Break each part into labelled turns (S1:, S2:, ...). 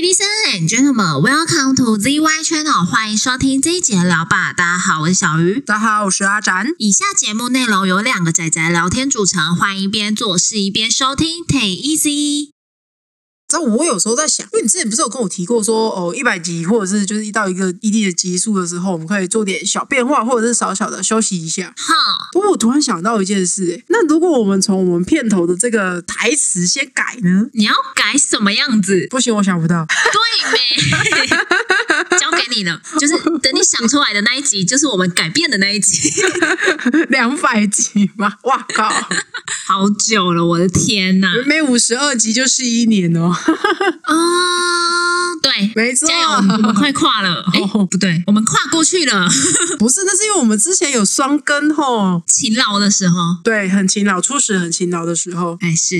S1: and gentlemen, welcome to ZY Channel，欢迎收听这一节聊吧。大家好，我是小鱼。
S2: 大家好，我是阿展。
S1: 以下节目内容由两个仔仔聊天组成，欢迎一边做事一边收听，Take easy。
S2: 知道我有时候在想，因为你之前不是有跟我提过说，哦，一百集或者是就是到一个一定的集数的时候，我们可以做点小变化，或者是少小的休息一下。
S1: 哈，
S2: 不过我突然想到一件事、欸，那如果我们从我们片头的这个台词先改呢？？
S1: 你要改什么样子
S2: 不行，我想不到。
S1: 对没？交给你了，就是等你想出来的那一集，就是我们改变的那一集。
S2: 两百集吗？哇靠，
S1: 好久了，我的天呐！
S2: 每五十二集就是一年哦。
S1: 啊、对，
S2: 没错
S1: 加油，我们快跨了。哎、不对，我们跨过去了。
S2: 不是，那是因为我们之前有双更吼。
S1: 勤劳的时候，
S2: 对，很勤劳，初始很勤劳的时候。
S1: 哎是，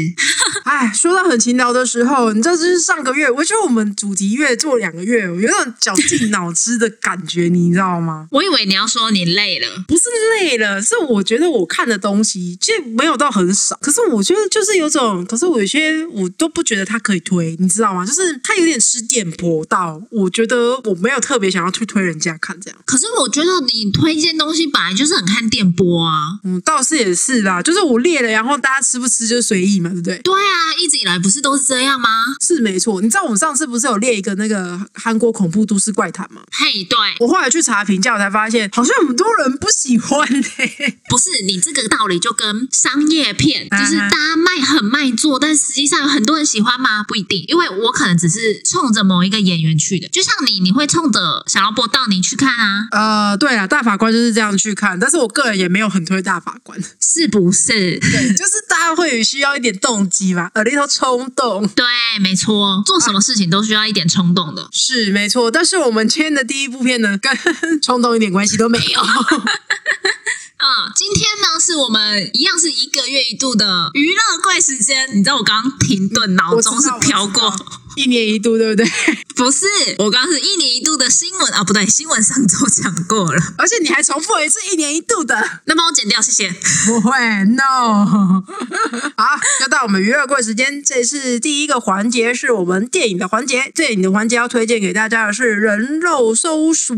S2: 哎，说到很勤劳的时候，你知道，就是上个月，我觉得我们主题月做两个月，我有种绞尽脑汁的感觉，你知道吗？
S1: 我以为你要说你累了，
S2: 不是累了，是我觉得我看的东西其实没有到很少，可是我觉得就是有种，可是我有些我都不觉得它可以推，你知道吗？就是它有点吃点薄到，我觉得我没有特别想要去推人家看这样。
S1: 可是我觉得你推荐东西本来就是很看电波啊。
S2: 嗯，倒是也是啦，就是我列了，然后大家吃不吃就随意嘛，对不对？
S1: 对啊，一直以来不是都是这样吗？
S2: 是没错，你知道我们上次不是有列一个那个韩国恐怖都市怪谈吗？
S1: 嘿、对，
S2: 我后来去查评价，我才发现好像很多人不喜欢欸呢、
S1: 不是你这个道理就跟商业片，
S2: 啊哈
S1: 就是大家卖很卖座，但实际上有很多人喜欢吗？不一定，因为我可能只是冲着某一个演员去的，就像你，你会冲着想要播到你去看啊，
S2: 呃，对啊，大法官就是这样去看，但是我个人也没有很推大法官，
S1: 是不是？
S2: 对，就是大家会需要一点动机吧，a little 冲动。
S1: 对，没错，做什么事情都需要一点冲动的。
S2: 是没错，但是我们今天的第一部片呢，跟 冲动一点关系都没有。
S1: 嗯，今天呢是我们一样是一个月一度的娱乐怪时间。你知道我刚刚停顿，脑
S2: 我知道
S1: 中是飘过，
S2: 我知道一年一度，对不对？
S1: 不是，我刚刚是一年一度的新闻啊，不对，新闻上周讲过了。
S2: 而且你还重复了一次一年一度的，
S1: 那帮我剪掉，谢谢。
S2: 不会，no。好，又到我们娱乐柜时间，这是第一个环节，是我们电影的环节。电影的环节要推荐给大家的是《人肉搜索》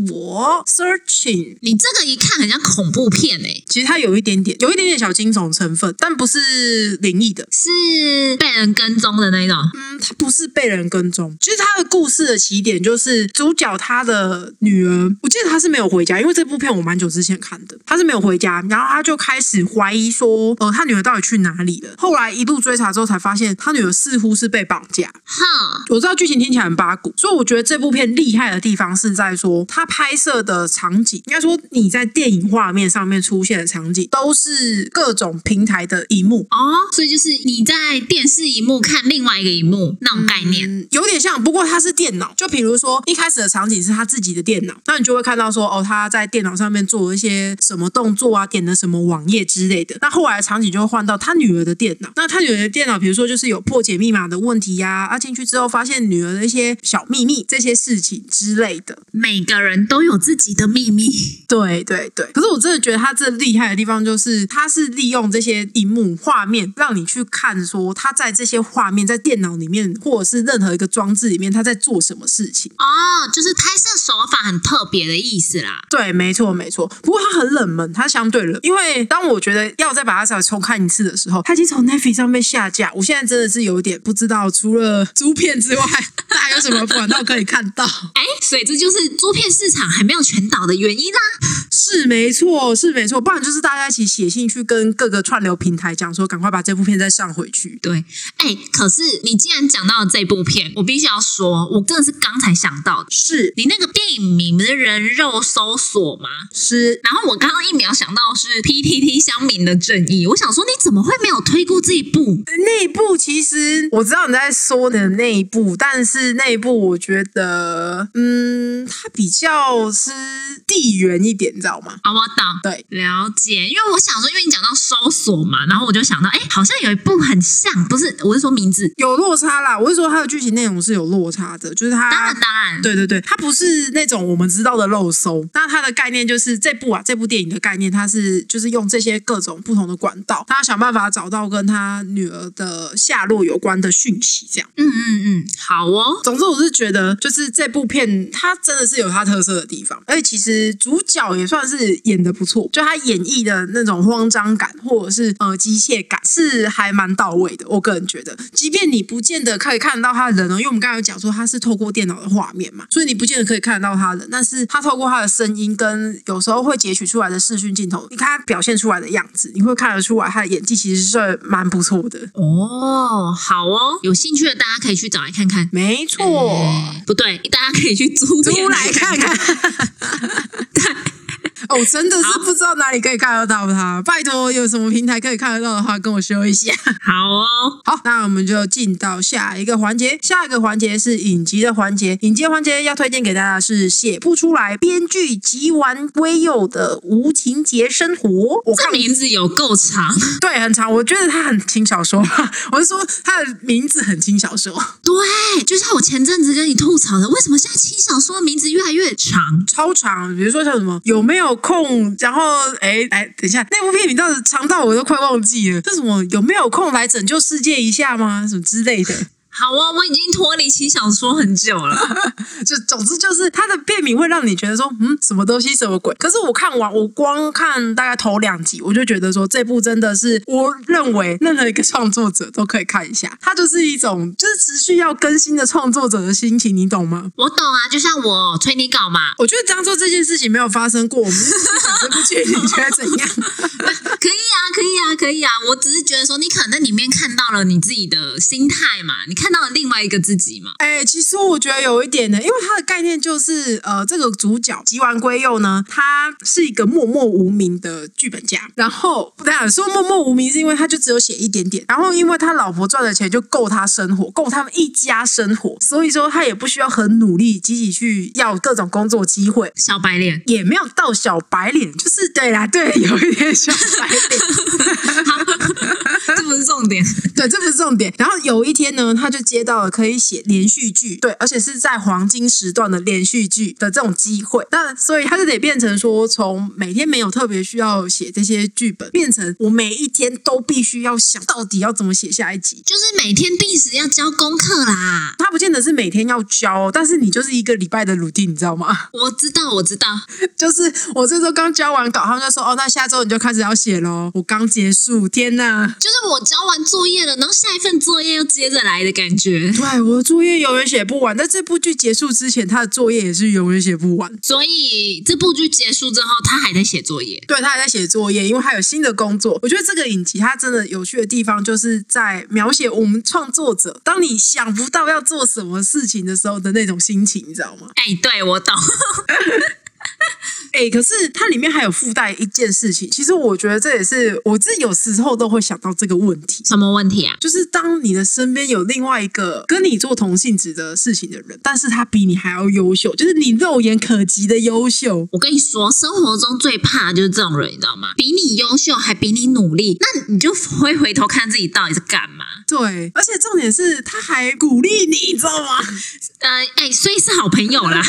S2: （Searching）。
S1: 你这个一看很像恐怖片欸诶、
S2: 其实它有一点点，有一点点小惊悚成分，但不是灵异的。
S1: 是被人跟踪的那一种。
S2: 嗯，它不是被人跟踪，就是它的故事的起点就是主角他的女儿，我记得她是没有回家，因为这部片我蛮久之前看的，她是没有回家，然后她就开始怀疑说，呃，她女儿到底去哪里了？后来一路追查之后才发现，她女儿似乎是被绑架。
S1: 哼，
S2: 我知道剧情听起来很八股，所以我觉得这部片厉害的地方是在说，它拍摄的场景，应该说你在电影画面上面出现的场景，都是各种平台的荧幕，
S1: 哦，所以就是你在电视荧幕看另外一个荧幕那种概念。
S2: 嗯，有点像，不过它是电脑。就比如说一开始的场景是他自己的电脑，那你就会看到说，哦，他在电脑上面做了一些什么动作啊，点了什么网页之类的。那后来的场景就会换到他女儿的电脑，那他女儿的电脑，比如说就是有破解密码的问题呀、啊，进去之后发现女儿的一些小秘密这些事情之类的。
S1: 每个人都有自己的秘密。
S2: 对对对，可是我真的觉得他这厉害的地方就是，他是利用这些荧幕画面，让你去看说他在这些画面在电脑里面，或者是任何一个装置里面，他在做什么事情。
S1: 哦，就是拍摄手法很特别的意思啦。
S2: 对，没错没错。不过它很冷门，它相对冷，因为当我觉得要再把它再重看一次的时候，它已经从 n e t f l i 上面下架。我现在真的是有点不知道，除了租片之外，还有什么管道可以看到？
S1: 哎，所以这就是租片市场还没有全倒的原因啦。
S2: 是没错，是没错。不然就是大家一起写信去跟各个串流平台讲说，赶快把这部片再上回去。
S1: 对，哎，可是你既然讲到了这部片，我必须要说，我真的是刚才想到的。
S2: 是
S1: 你那个电影名不是“人肉搜索”吗？
S2: 是，
S1: 然后我刚刚一秒想到是 PTT 乡民的正义，我想说你怎么会没有推过这一部？
S2: 那一部其实我知道你在说的那一部，但是那一部我觉得，嗯，它比较是地缘一点，你知道吗？
S1: 啊，我懂，
S2: 对，
S1: 了解，因为我想说，因为你讲到搜索嘛，然后我就想到，哎，好像有一部很像，不是，我是说名字，
S2: 有落差啦。我是说它的剧情内容是有落差的，就就是它
S1: 当然当然，
S2: 啊对对对，它不是那种我们知道的肉搜，那它的概念就是这部啊，这部电影的概念，它是就是用这些各种不同的管道，他想办法找到跟他女儿的下落有关的讯息，这样。
S1: 嗯嗯嗯，好哦，
S2: 总之，我是觉得就是这部片它真的是有它特色的地方，而且其实主角也算是演的不错，就他演绎的那种慌张感或者是呃机械感是还蛮到位的。我个人觉得，即便你不见得可以看得到他的人哦，因为我们刚才有讲说他是透过电脑的画面嘛，所以你不见得可以看得到他的人，但是他透过他的声音跟有时候会截取出来的视讯镜头，你看他表现出来的样子，你会看得出来他的演技其实是蛮不错的。
S1: 哦，好哦，有兴趣的大家可以去找来看看。
S2: 没错。
S1: 哎不对，大家可以去租片
S2: 租来看看。 哦，真的是不知道哪里可以看得到它。拜托，有什么平台可以看得到的话，跟我说 一下。
S1: 好哦，
S2: 好，那我们就进到下一个环节。下一个环节是影集的环节，影集的环节要推荐给大家的是《写不出来》，编剧吉丸圭佑的《无情节生活》。我看
S1: 这名字有够长，
S2: 对很长，我觉得他很轻小说。 我是说他的名字很轻小说，
S1: 对，就像我前阵子跟你吐槽的，为什么现在轻小说的名字越来越长？
S2: 超长。比如说像什么有没有空，然后哎哎，等一下，那部片名到底长到我都快忘记了，这什么有没有空来拯救世界一下吗？什么之类的。
S1: 好哦，我已经脱离轻小说很久了。
S2: 就总之就是它的片名会让你觉得说，嗯，什么东西什么鬼？可是我看完，我光看大概头两集，我就觉得说这部真的是我认为任何一个创作者都可以看一下，它就是一种就是持续要更新的创作者的心情，你懂吗？
S1: 我懂啊，就像我催你稿嘛，
S2: 我觉得当做这件事情没有发生过，我们就只是讲这部剧，你觉得怎样？
S1: 可以啊，可以啊，可以啊。我只是觉得说，你可能在里面看到了你自己的心态嘛，你看到了另外一个自己嘛。
S2: 哎、其实我觉得有一点呢，因为它的概念就是，呃，这个主角吉丸圭佑呢，他是一个默默无名的剧本家。然后，不对啊，说默默无名是因为他就只有写一点点，然后因为他老婆赚的钱就够他生活，够他们一家生活，所以说他也不需要很努力、积极去要各种工作机会。
S1: 小白 脸，
S2: 也没有到小白脸，就是对啦，对，有一点小白脸，
S1: 这不是重点。
S2: 对，这不是重点。然后有一天呢，他就接到了可以写连续剧，对，而且是在黄金时段的连续剧的这种机会。那所以他就得变成说，从每天没有特别需要写这些剧本，变成我每一天都必须要想到底要怎么写下一集。
S1: 就是每天定时要交功课啦。
S2: 他不见得是每天要交哦，但是你就是一个礼拜的 routine，你知道吗？
S1: 我知道，我知道，
S2: 就是我这周刚交完稿，他们就说哦，那下周你就开始要写喽。我刚结束，天哪！
S1: 就是我交完作业了，然后下一份作业又接着来的感觉。
S2: 对，我的作业永远写不完。在这部剧结束之前，他的作业也是永远写不完。
S1: 所以这部剧结束之后，他还在写作业。
S2: 对他还在写作业，因为他有新的工作。我觉得这个影集它真的有趣的地方，就是在描写我们创作者，当你想不到要做什么事情的时候的那种心情，你知道吗？
S1: 哎、对我懂，
S2: 哎、可是它里面还有附带一件事情，其实我觉得这也是我自己有时候都会想到这个问题。
S1: 什么问题啊？
S2: 就是当你的身边有另外一个跟你做同性质的事情的人，但是他比你还要优秀，就是你肉眼可及的优秀，
S1: 我跟你说，生活中最怕的就是这种人，你知道吗？比你优秀，还比你努力，那你就会回头看自己到底是干嘛。
S2: 对，而且重点是他还鼓励你，你知道吗？
S1: 呃，哎、所以是好朋友啦。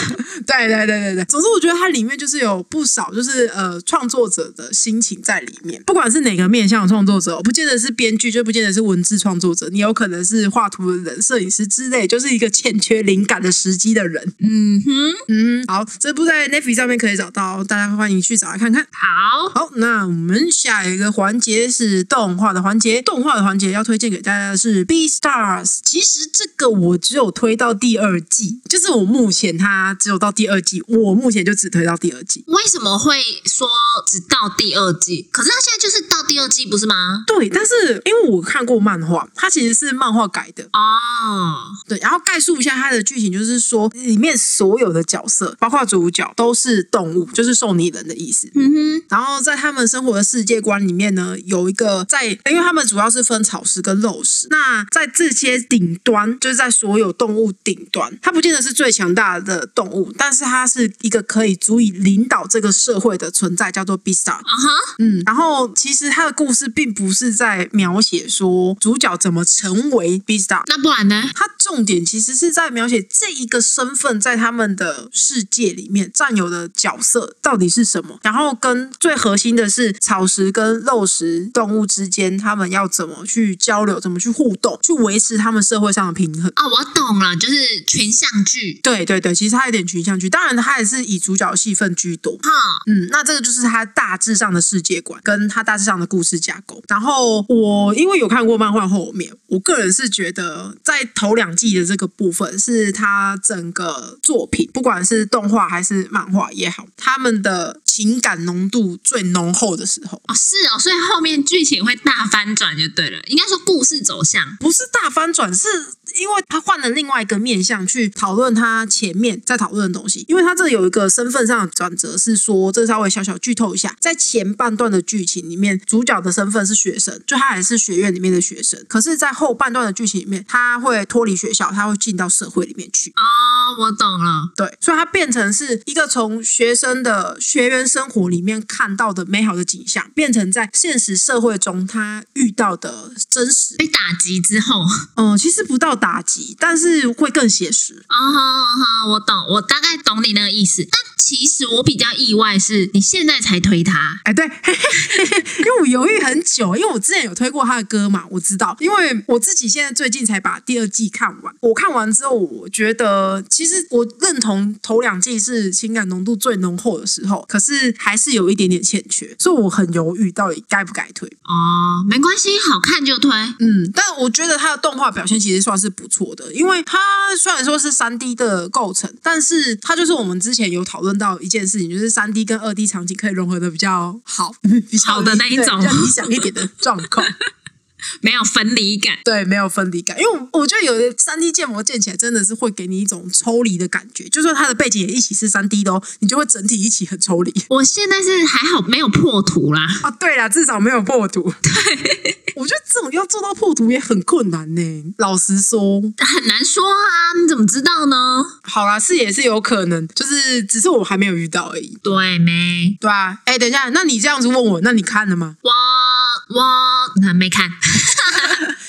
S2: 对对对对对，总之我觉得它里面就是有不少就是呃创作者的心情在里面，不管是哪个面向的创作者哦，不见得是编剧，就不见得是文字创作者，你有可能是画图的人、摄影师之类，就是一个欠缺灵感的时机的人。
S1: 嗯哼，
S2: 嗯，好，这部在 Netflix 上面可以找到，大家欢迎去找来看看。
S1: 好，
S2: 好，那我们下一个环节是动画的环节。动画的环节要推荐给大家的是《B Stars》。其实这个我只有推到第二季，就是我目前它只有到第二季，我目前就只推到第二季。
S1: 为什么会说只到第二季？可是他现在就是到第二季，不是吗？
S2: 对，但是因为我看过漫画，它其实是漫画改的。
S1: 哦，
S2: 对，然后概述一下它的剧情，就是说里面所有的角色，包括主角，都是动物，就是兽拟人的意思。
S1: 嗯哼，
S2: 然后在他们生活的世界观里面呢，有一个在，因为他们主要是分草食跟肉食。那在这些顶端，就是在所有动物顶端，它不见得是最强大的动物，但是它是一个可以足以领导这个社会的存在，叫做 B Star。
S1: 啊哈，
S2: 嗯，然后其实它他的故事并不是在描写说主角怎么成为 B star，
S1: 那不然呢？
S2: 它重点其实是在描写这一个身份在他们的世界里面占有的角色到底是什么，然后跟最核心的是草食跟肉食动物之间他们要怎么去交流，怎么去互动，去维持他们社会上的平衡。
S1: 哦，我懂了，就是群像剧。
S2: 对对对，其实它有点群像剧，当然它也是以主角戏份居多。
S1: 哈，
S2: 嗯，那这个就是他大致上的世界观跟他大致上的故事架构。然后我因为有看过漫画后面，我个人是觉得在头两季的这个部分，是他整个作品，不管是动画还是漫画也好，他们的情感浓度最浓厚的时候。
S1: 哦是哦，所以后面剧情会大翻转就对了，应该说故事走向。
S2: 不是大翻转，是因为他换了另外一个面向去讨论他前面在讨论的东西。因为他这有一个身份上的转折，是说这稍微小小剧透一下，在前半段的剧情里面，主角的身份是学生，就他还是学院里面的学生。可是，在后半段的剧情里面，他会脱离学校，他会进到社会里面去。
S1: 哦，我懂了。
S2: 对，所以他变成是一个从学生的学员生活里面看到的美好的景象，变成在现实社会中他遇到的真实
S1: 被打击之后，
S2: 嗯，其实不到打击，但是会更写实。
S1: 哦吼哦吼，我懂，我大概懂你那个意思。但其实我比较意外是，你现在才推他，
S2: 哎，对， 因为我犹豫很久，因为我之前有推过他的歌嘛，我知道，因为我自己现在最近才把第二季看完。我看完之后，我觉得其实我认同头两季是情感浓度最浓厚的时候，可是还是有一点点欠缺，所以我很犹豫到底该不该推。
S1: 哦，没关系，好看就推。
S2: 嗯，但我觉得它的动画表现其实算是不错的，因为它虽然说是三 D 的构成，但是它就是我们之前有讨论到一件事情，就是三 D 跟二 D 场景可以融合的比较好， 比较
S1: 好的那一
S2: 对
S1: 种
S2: 比较理想一点的状 况。
S1: 没有分离感。
S2: 对，没有分离感，因为我我觉得有的三 D 建模建起来真的是会给你一种抽离的感觉，就算它的背景也一起是三 D 的哦，你就会整体一起很抽离。
S1: 我现在是还好没有破图啦，
S2: 啊，对啦，至少没有破图。对， 我觉得这种要做到破图也很困难呢。老实说，
S1: 很难说啊，你怎么知道呢？
S2: 好啦，是也是有可能，就是只是我还没有遇到而已，
S1: 对没？
S2: 对啊，哎，等一下，那你这样子问我，那你看了吗？
S1: 我我那没看，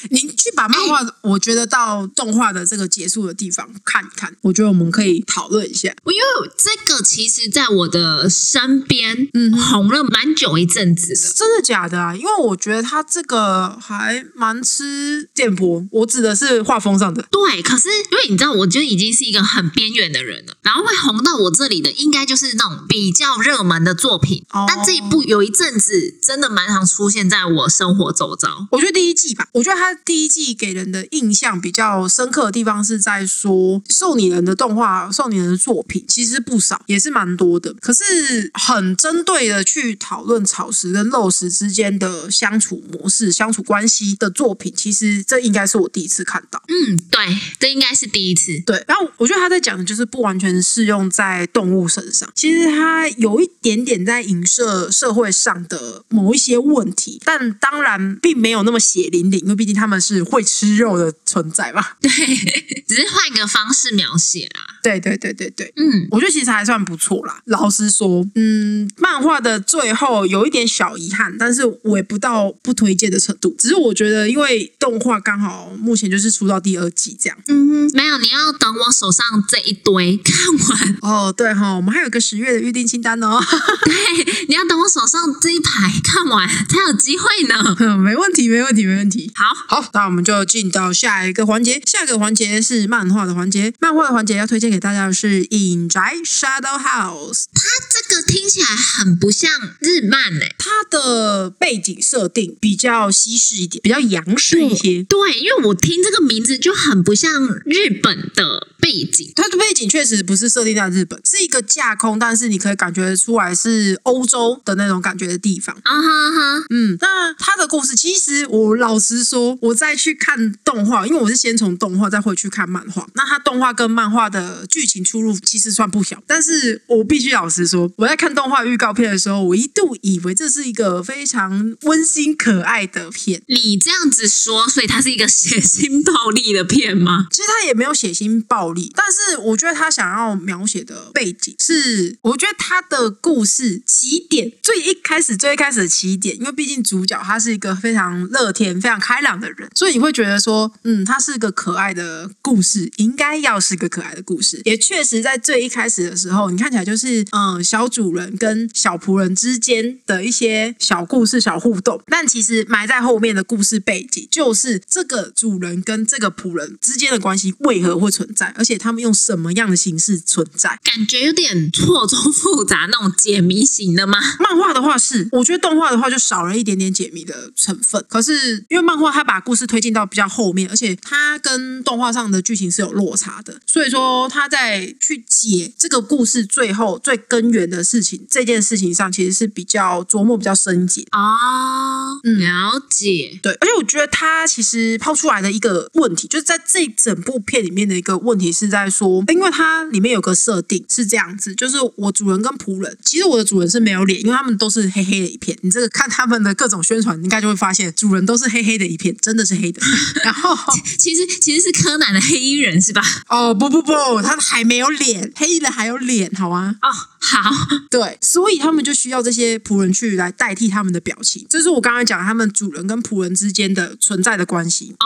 S2: 你去把漫画，我觉得到动画的这个结束的地方看一看，我觉得我们可以讨论一下。
S1: 因为这个其实在我的身边，
S2: 嗯
S1: 嗯，红了蛮久一阵子的。
S2: 真的假的啊？因为我觉得他这个还蛮吃电波，我指的是画风上的。
S1: 对，可是因为你知道，我就已经是一个很边缘的人了，然后会红到我这里的，应该就是那种比较热门的作品。
S2: 哦
S1: 但这一部有一阵子真的蛮常出现在我生活周遭。
S2: 我觉得第一季吧，我觉得他第一季给人的印象比较深刻的地方是在说受拟人的动画、受拟人的作品其实不少，也是蛮多的，可是很针对的去讨论草食跟肉食之间的相处模式、相处关系的作品，其实这应该是我第一次看到。
S1: 嗯，对，这应该是第一次。
S2: 对，然后我觉得他在讲的就是不完全适用在动物身上，其实他有一点点在影射社会上的某一些问题，但当然并没有那么血淋淋，因为毕竟他们是会吃肉的存在嘛。
S1: 对，只是换一个方式描写啦。
S2: 对对对对对。
S1: 嗯，
S2: 我觉得其实还算不错啦。老实说，嗯，漫画的最后有一点小遗憾，但是我也不到不推荐的程度。只是我觉得，因为动画刚好目前就是出到第二季这样。
S1: 嗯，没有，你要等我手上这一堆看完，
S2: 哦，对哈、我们还有一个十月的预定清单哦。
S1: 对，哎你要等我手上这一排看完才有机会呢。
S2: 嗯， 没问题，没问题，没问题。
S1: 好，
S2: 好，那我们就进到下一个环节。下一个环节是漫画的环节。漫画的环节要推荐给大家的是《隐宅 Shadow House》，
S1: 这个听起来很不像日漫欸诶、
S2: 它的背景设定比较西式一点，比较洋式一些。
S1: 对，因为我听这个名字就很不像日本的背景。
S2: 它的背景确实不是设定在日本，是一个架空，但是你可以感觉出来是欧洲的那种感觉的地方。
S1: 啊哈哈，
S2: 嗯，那他的故事其实我老实说，我在去看动画，因为我是先从动画再回去看漫画。那他动画跟漫画的剧情出入其实算不小，但是我必须老实说，我在看动画预告片的时候，我一度以为这是一个非常温馨可爱的片。
S1: 你这样子说，所以它是一个血腥暴力的片吗？
S2: 其实他也没有血腥暴暴力，但是我觉得他想要描写的背景是，我觉得他的故事起点最一开始最一开始的起点，因为毕竟主角他是一个非常乐天、非常开朗的人，所以你会觉得说，嗯，他是个可爱的故事，应该要是个可爱的故事。也确实在最一开始的时候，你看起来就是嗯，小主人跟小仆人之间的一些小故事、小互动，但其实埋在后面的故事背景就是这个主人跟这个仆人之间的关系为何会存在，而且他们用什么样的形式存在。
S1: 感觉有点错综复杂那种解谜型的吗？
S2: 漫画的话是，我觉得动画的话就少了一点点解谜的成分。可是因为漫画它把故事推进到比较后面，而且它跟动画上的剧情是有落差的，所以说它在去解这个故事最后最根源的事情这件事情上，其实是比较琢磨比较深解。
S1: 哦，
S2: 嗯
S1: 了解。
S2: 对，而且我觉得他其实抛出来的一个问题，就是在这整部片里面的一个问题是在说，因为它里面有个设定是这样子，就是我主人跟仆人，其实我的主人是没有脸，因为他们都是黑黑的一片。你这个看他们的各种宣传，你应该就会发现主人都是黑黑的一片，真的是黑的。 然后
S1: 其实其实是柯南的黑衣人是吧？
S2: 哦不不不，他还没有脸，黑的还有脸，好啊。
S1: 哦，好，
S2: 对，所以他们就需要这些仆人去来代替他们的表情，这是我刚才讲他们主人跟仆人之间的存在的关系。
S1: 哦，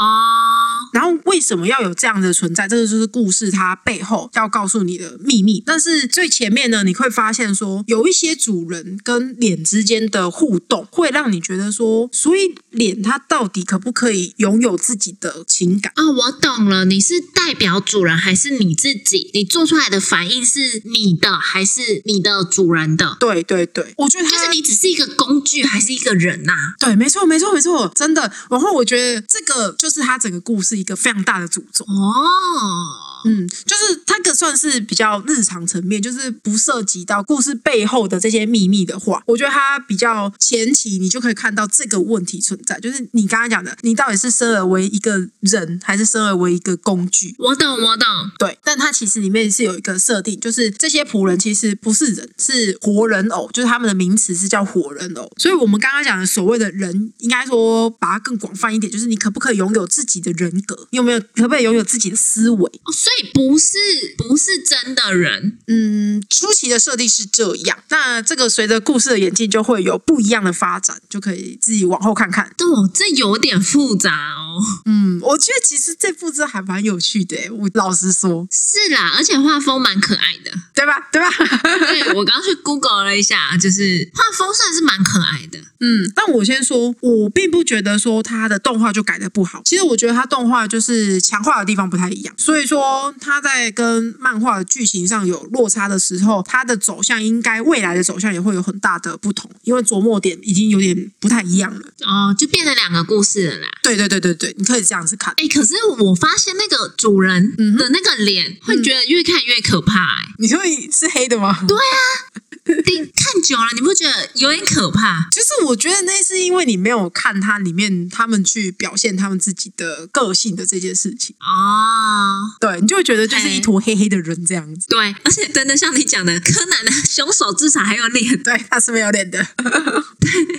S2: 然后为什么要有这样的存在？这个就是故事它背后要告诉你的秘密。但是最前面呢，你会发现说，有一些主人跟脸之间的互动，会让你觉得说，所以脸它到底可不可以拥有自己的情感？
S1: 哦，我懂了，你是代表主人还是你自己？你做出来的反应是你的还是你的主人的？
S2: 对对对，我觉得它
S1: 就是你只是一个工具还是一个人啊呐、
S2: 对，没错没错没错，真的。然后我觉得这个就是它整个故事一个非常大的诅咒。
S1: 哦，
S2: 嗯，就是它个算是比较日常层面，就是不涉及到故事背后的这些秘密的话，我觉得它比较前期你就可以看到这个问题存在，就是你刚刚讲的，你到底是生而为一个人，还是生而为一个工具？
S1: 我懂，我懂。
S2: 对，但它其实里面是有一个设定，就是这些仆人其实不是人，是活人偶，就是他们的名词是叫活人偶。所以我们刚刚讲的所谓的人，应该说把它更广泛一点，就是你可不可以拥有自己的人格？你有没有可不可以拥有自己的思维？
S1: 哦，所以不是不是真的人
S2: 嗯，初期的设定是这样，那这个随着故事的演进就会有不一样的发展，就可以自己往后看看。
S1: 哦，这有点复杂哦。
S2: 嗯，我觉得其实这部真的还蛮有趣的欸，我老实说，
S1: 是啦，而且画风蛮可爱的。
S2: 对吧？对 吧？
S1: 对我刚刚去 Google 了一下，就是画风算是蛮可爱的。
S2: 嗯，但我先说，我并不觉得说它的动画就改的不好，其实我觉得它动画就是强化的地方不太一样，所以说它在跟漫画的剧情上有落差的时候，它的走向应该未来的走向也会有很大的不同，因为琢磨点已经有点不太一样了。
S1: 哦，就变成两个故事了啦。
S2: 对对对对对，你可以这样子看。
S1: 哎，可是我发现那个主人的那个脸，会觉得越看越可怕、哎、
S2: 你会是黑的吗？对，啊
S1: 你看久了，你不觉得有点可怕？
S2: 就是我觉得那是因为你没有看它里面他们去表现他们自己的个性的这件事情，
S1: 哦，
S2: 对你就会觉得就是一坨黑黑的人这样子。
S1: 对，而且真的像你讲的，柯南的凶手至少还有脸。
S2: 对，他是没有脸的，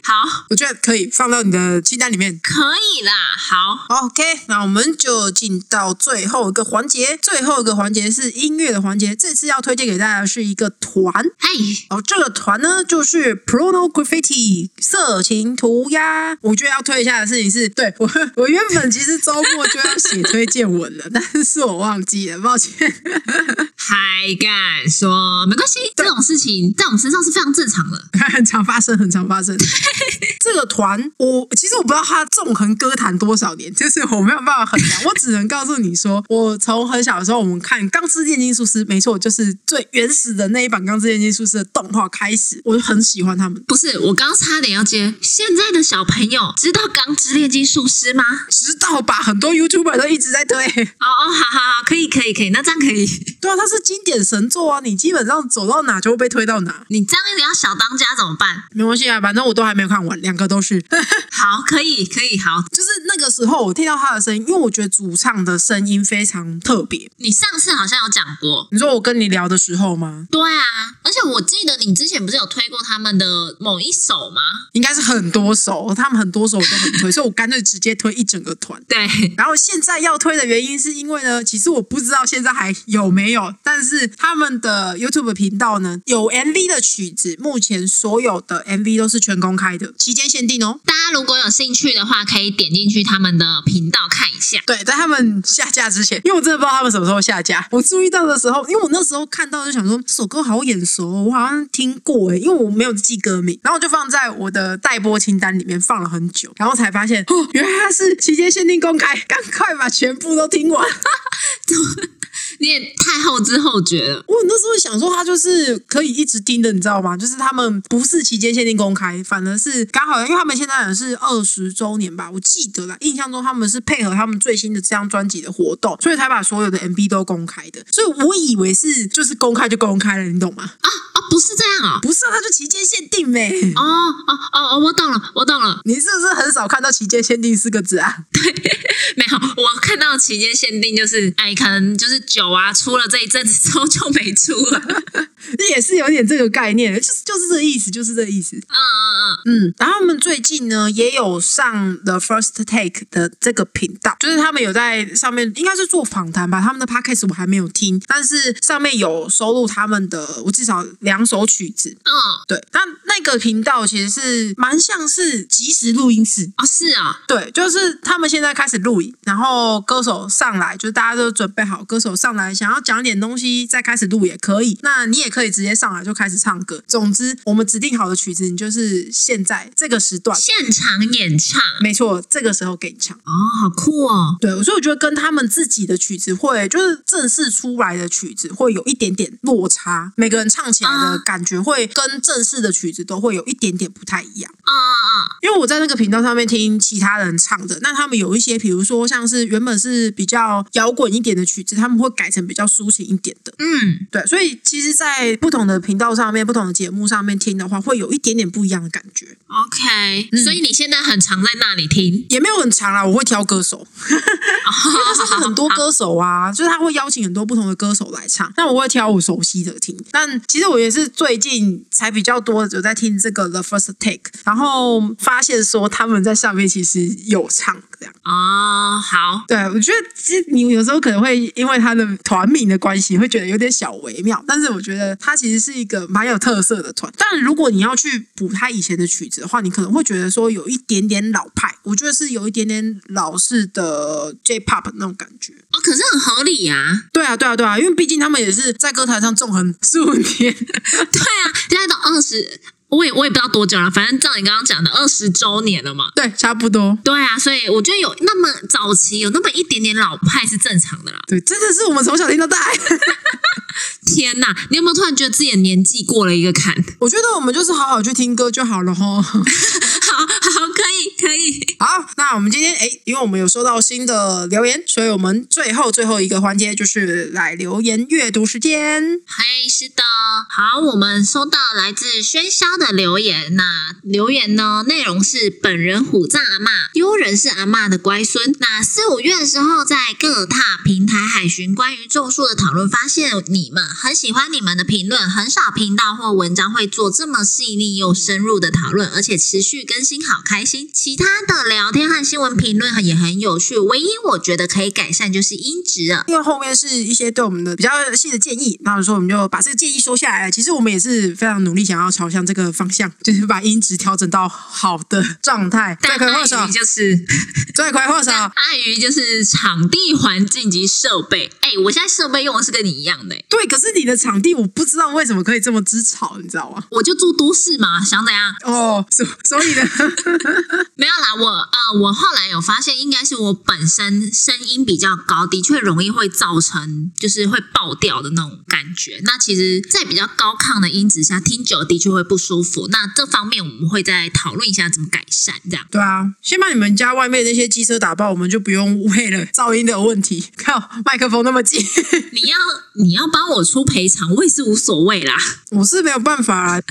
S1: 好，
S2: 我觉得可以放到你的清单里面。
S1: 可以啦，好，
S2: 好 OK，那我们就进到最后一个环节，最后一个环节是音乐的环节。这次要推荐给大家的是一个团，
S1: 嗨，
S2: 哦，这个团呢就是 Prono Graffiti 色情涂鸦。我觉得要推一下的事情是，对我我原本其实周末就要写推荐文了，但是我忘记了，抱歉。
S1: 还敢说没关系？这种事情在我们身上是非常正常的。
S2: 很常发生，很常发生。这个团，我其实我不知道他纵横歌坛多少年，就是我没有办法衡量，我只能告诉你说，我从很小的时候，我们看《钢之炼金术师》，没错，就是最原始的那一版《钢之炼金术师》的动画开始，我就很喜欢他们。
S1: 不是，我刚差点要接。现在的小朋友知道《钢之炼金术师》吗？
S2: 直到把很多 YouTuber 都一直在推，
S1: 哦哦，好好好，可以可以可以，那这样可以。
S2: 对啊，它是经典神作啊！你基本上走到哪就会被推到哪，
S1: 你这样要小当家怎么办？
S2: 没关系啊，反正我都还没有看完，两个都是，
S1: 好，可以可以，好，
S2: 就是那那个时候我听到他的声音，因为我觉得主唱的声音非常特别。
S1: 你上次好像有讲过，
S2: 你说我跟你聊的时候吗？
S1: 对啊，而且我记得你之前不是有推过他们的某一首吗？
S2: 应该是很多首，他们很多首我都很推，所以我干脆直接推一整个团。
S1: 对，
S2: 然后现在要推的原因是因为呢，其实我不知道现在还有没有，但是他们的 YouTube 频道呢有 MV 的曲子，目前所有的 MV 都是全公开的，期间限定哦。
S1: 大家如果有兴趣的话，可以点进去他们的频道看一下。
S2: 对，在他们下架之前，因为我真的不知道他们什么时候下架。我注意到的时候，因为我那时候看到就想说，这首歌好眼熟、哦，我好像听过欸诶，因为我没有记歌名，然后我就放在我的待播清单里面放了很久，然后才发现，哦，原来它是期间限定公开，赶快把全部都听完。
S1: 你也太后知后觉了。
S2: 我那时候想说，他就是可以一直听的，你知道吗？就是他们不是期间限定公开，反而是刚好，因为他们现在也是二十周年吧，我记得啦，印象中他们是配合他们最新的这张专辑的活动，所以才把所有的 MV 都公开的。所以我以为是就是公开就公开了，你懂吗？
S1: 哦，不是这样哦。
S2: 不是、啊，他就期间限定呗、
S1: 哦哦哦哦，我懂了，我懂了。
S2: 你是不是很少看到“期间限定”四个字啊？
S1: 没有，我看到期间限定就是，哎，可能就是酒啊，出了这一阵子之后就没出了。 嗯
S2: 也是有点这个概念，就是就是这个意思，就是这个意思。
S1: 嗯嗯，
S2: 嗯，然后他们最近呢也有上 The First Take 的这个频道，就是他们有在上面应该是做访谈吧，他们的 podcast 我还没有听，但是上面有收录他们的，我至少两首曲子。
S1: 嗯，
S2: 对，那那个频道其实是蛮像是即时录音室。
S1: 哦，是啊、
S2: 对，就是他们现在开始录影，然后歌手上来，就是大家都准备好，歌手上来想要讲点东西，再开始录也可以。那你也可以直接上来就开始唱歌。总之，我们指定好的曲子，你就是现在这个时段，
S1: 现场演唱。
S2: 没错，这个时候给你唱。
S1: 哦，好酷哦。
S2: 对，所以我觉得跟他们自己的曲子会，就是正式出来的曲子会有一点点落差，每个人唱起来的
S1: 啊
S2: 感觉会跟正式的曲子都会有一点点不太一样。
S1: 嗯嗯
S2: 因为我在那个频道上面听其他人唱的，那他们有一些，比如说像是原本是比较摇滚一点的曲子，他们会改成比较抒情一点的。
S1: 嗯
S2: 对，所以其实，在不同的频道上面、不同的节目上面听的话，会有一点点不一样的感觉，
S1: 嗯，OK。所以你现在很常在那里 听，
S2: 也没有很长啦。我会挑歌手，因为它上面很多
S1: 好
S2: 歌手啊，就是他会邀请很多不同的歌手来唱。那我会挑我熟悉的听。但其实我也是最近才比较多有在听这个 The First Take，然后发现说他们在上面其实有唱这样。
S1: 哦，好，
S2: 对，我觉得其实你有时候可能会因为他的团名的关系，会觉得有点小微妙，但是我觉得它其实是一个蛮有特色的团。但如果你要去补他以前的曲子的话，你可能会觉得说有一点点老派，我觉得是有一点点老式的 J-pop 那种感觉。
S1: 哦，可是很合理啊。
S2: 对啊，对啊，对啊，因为毕竟他们也是在歌坛上纵横十五年。
S1: 对啊，现在都二十，我也我也不知道多久了，反正照你刚刚讲的，二十周年了嘛。
S2: 对，差不多。
S1: 对啊，所以我觉得有那么早期有那么一点点老派是正常的啦。
S2: 对，真的是我们从小听到大。
S1: 天呐，你有没有突然觉得自己的年纪过了一个坎？
S2: 我觉得我们就是好好去听歌就好了 吼。
S1: 好好，可以可以，
S2: 好，那我们今天哎，因为我们有收到新的留言，所以我们最后最后一个环节就是来留言阅读时间。
S1: 嗨，是的，好，我们收到来自喧嚣的留言，那留言呢内容是本人虎藏阿嬷，悠人是阿嬷的乖孙。那四五月的时候，在各大平台海巡关于种树的讨论，发现你们很喜欢你们的评论，很少频道或文章会做这么细腻又深入的讨论，而且持续更新，好开心。其他的聊天和新闻评论也很有趣，唯一我觉得可以改善就是音质了。
S2: 因为后面是一些对我们的比较细的建议，那所以我们就把这个建议收下来。其实我们也是非常努力，想要朝向这个方向，就是把音质调整到好的状态，罪
S1: 但
S2: 魁祸首
S1: 碍于，就是
S2: 罪魁祸首。
S1: 但碍于就是场地、环境及设备。哎、我现在设备用的是跟你一样的、哎
S2: 对，可是你的场地我不知道为什么可以这么之吵，你知道吗？
S1: 我就住都市嘛，想怎样？
S2: 哦，所所以呢，
S1: 没有啦，我呃，我后来有发现，应该是我本身声音比较高，的确容易会造成就是会爆掉的那种感觉。那其实，在比较高亢的音质下，听久了的确会不舒服。那这方面我们会再讨论一下怎么改善，这样。
S2: 对啊，先把你们家外面那些机车打爆，我们就不用为了噪音的问题， 靠麦克风那么近，
S1: 你要你要帮我出赔偿，我也是无所谓啦。
S2: 我是没有办法啊。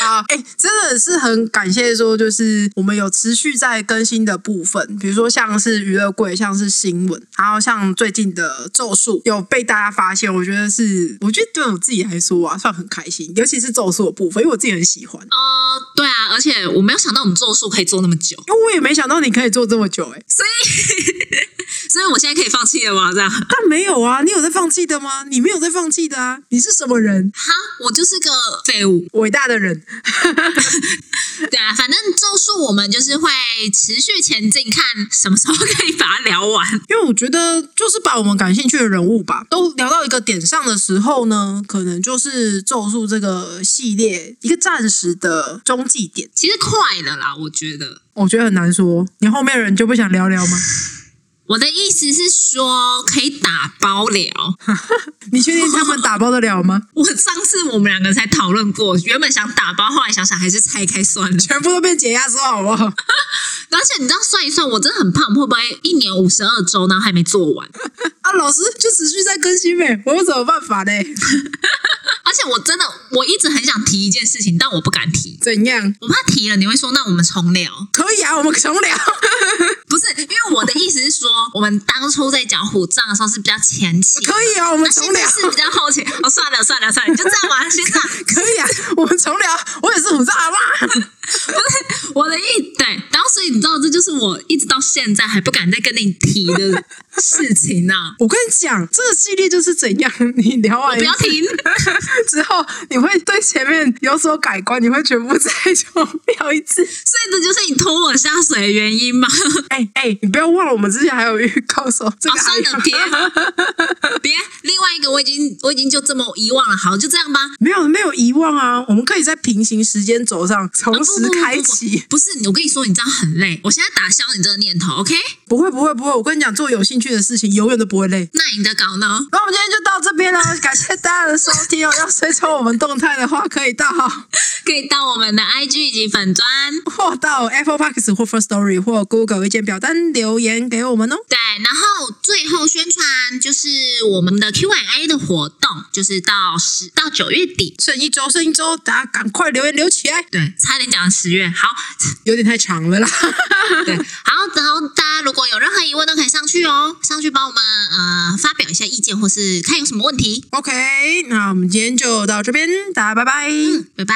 S2: 啊，哎、真的是很感谢说，就是我们有持续在更新的部分，比如说像是娱乐柜，像是新闻，然后像最近的《咒术》有被大家发现，我觉得是，我觉得对我自己来说啊，算很开心，尤其是《咒术》的部分，因为我自己很喜欢。
S1: 哦、对啊，而且我没有想到我们咒术可以做那么久，
S2: 因为我也没想到你可以做这么久、哎，
S1: 所以我现在可以放弃了吗？这样，哈，
S2: 但没有啊，你有在放弃的吗？你没有在放弃的啊，你是什么人？
S1: 我就是个废物。
S2: 伟大的人，
S1: 对啊，反正咒术我们就是会持续前进，看什么时候可以把它聊 完。
S2: 因为我觉得就是把我们感兴趣的人物吧，都聊到一个点上的时候呢，可能就是咒术这个系列一个暂时的中继点。
S1: 其实快了啦，我觉得。
S2: 我觉得很难说，你后面的人就不想聊聊吗？
S1: 我的意思是说，可以打包聊。
S2: 你确定他们打包得了吗？
S1: 我上次我们两个才讨论过，原本想打包，后来想想还是拆开算了。
S2: 全部都变解压之后，好不好？
S1: 而且你知道算一算，我真的很胖，会不会一年五十二周，然后还没做完？
S2: 啊，老师就持续在更新呗，我有什么办法嘞？
S1: 而且我真的我一直很想提一件事情，但我不敢提，
S2: 怎样？
S1: 我怕提了你会说那我们重聊。
S2: 可以啊，我们重聊。
S1: 不是，因为我的意思是说，我们当初在讲虎杖的时候是比较前 期，
S2: 可以啊，我们
S1: 那
S2: 重
S1: 现在
S2: 聊。
S1: 是比较后期。哦，算了算了算了，你就这样吧，先这样。
S2: 可以啊， 我们重聊。我也是虎杖阿妈。
S1: 我的意对，然后所以你知道，这就是我一直到现在还不敢再跟你提的事情呢、
S2: 我跟你讲，这个系列就是怎样，你聊
S1: 我
S2: 完
S1: 不要停，
S2: 之后，你会对前面有所改观，你会全部再重聊一次。
S1: 所 以这就是你拖我下水的原因嘛。
S2: 哎、哎、你不要忘了，我们之前还有预告说这
S1: 哦
S2: 个，还
S1: 算
S2: 有、
S1: 了，别别，另外一个我已经我已经就这么遗忘了，好，就这样吧。
S2: 没有没有遗忘啊，我们可以在平行时间轴上
S1: 啊
S2: 同
S1: 不
S2: 时
S1: 不不
S2: 开
S1: 不不
S2: 启。
S1: 不是，我跟你说，你这样很累。我现在打消你这个念头，OK？
S2: 不会不会不会，我跟你讲，做有兴趣的事情永远都不会累。
S1: 那你的稿呢？
S2: 那我们今天就到这边了，感谢大家的收听哦。要追踪我们动态的话，可以到
S1: 可以到我们的 IG 以及粉砖。
S2: 或 到 Apple Podcast 或 First Story 或 Google 意见表单留言给我们哦。
S1: 对，然后最后宣传就是我们的 Q&A 的活动，就是到十到九月底。
S2: 剩一周，剩一周，大家赶快留言留起来，
S1: 对，差点讲十月。好，
S2: 有点太长了啦。
S1: 对，好，然后大家如果有任何疑问都可以上去哦，上去帮我们呃发表一下意见，或是看有什么问题。嗯
S2: OK，那我们今天就到这边，大家拜拜。
S1: 拜拜。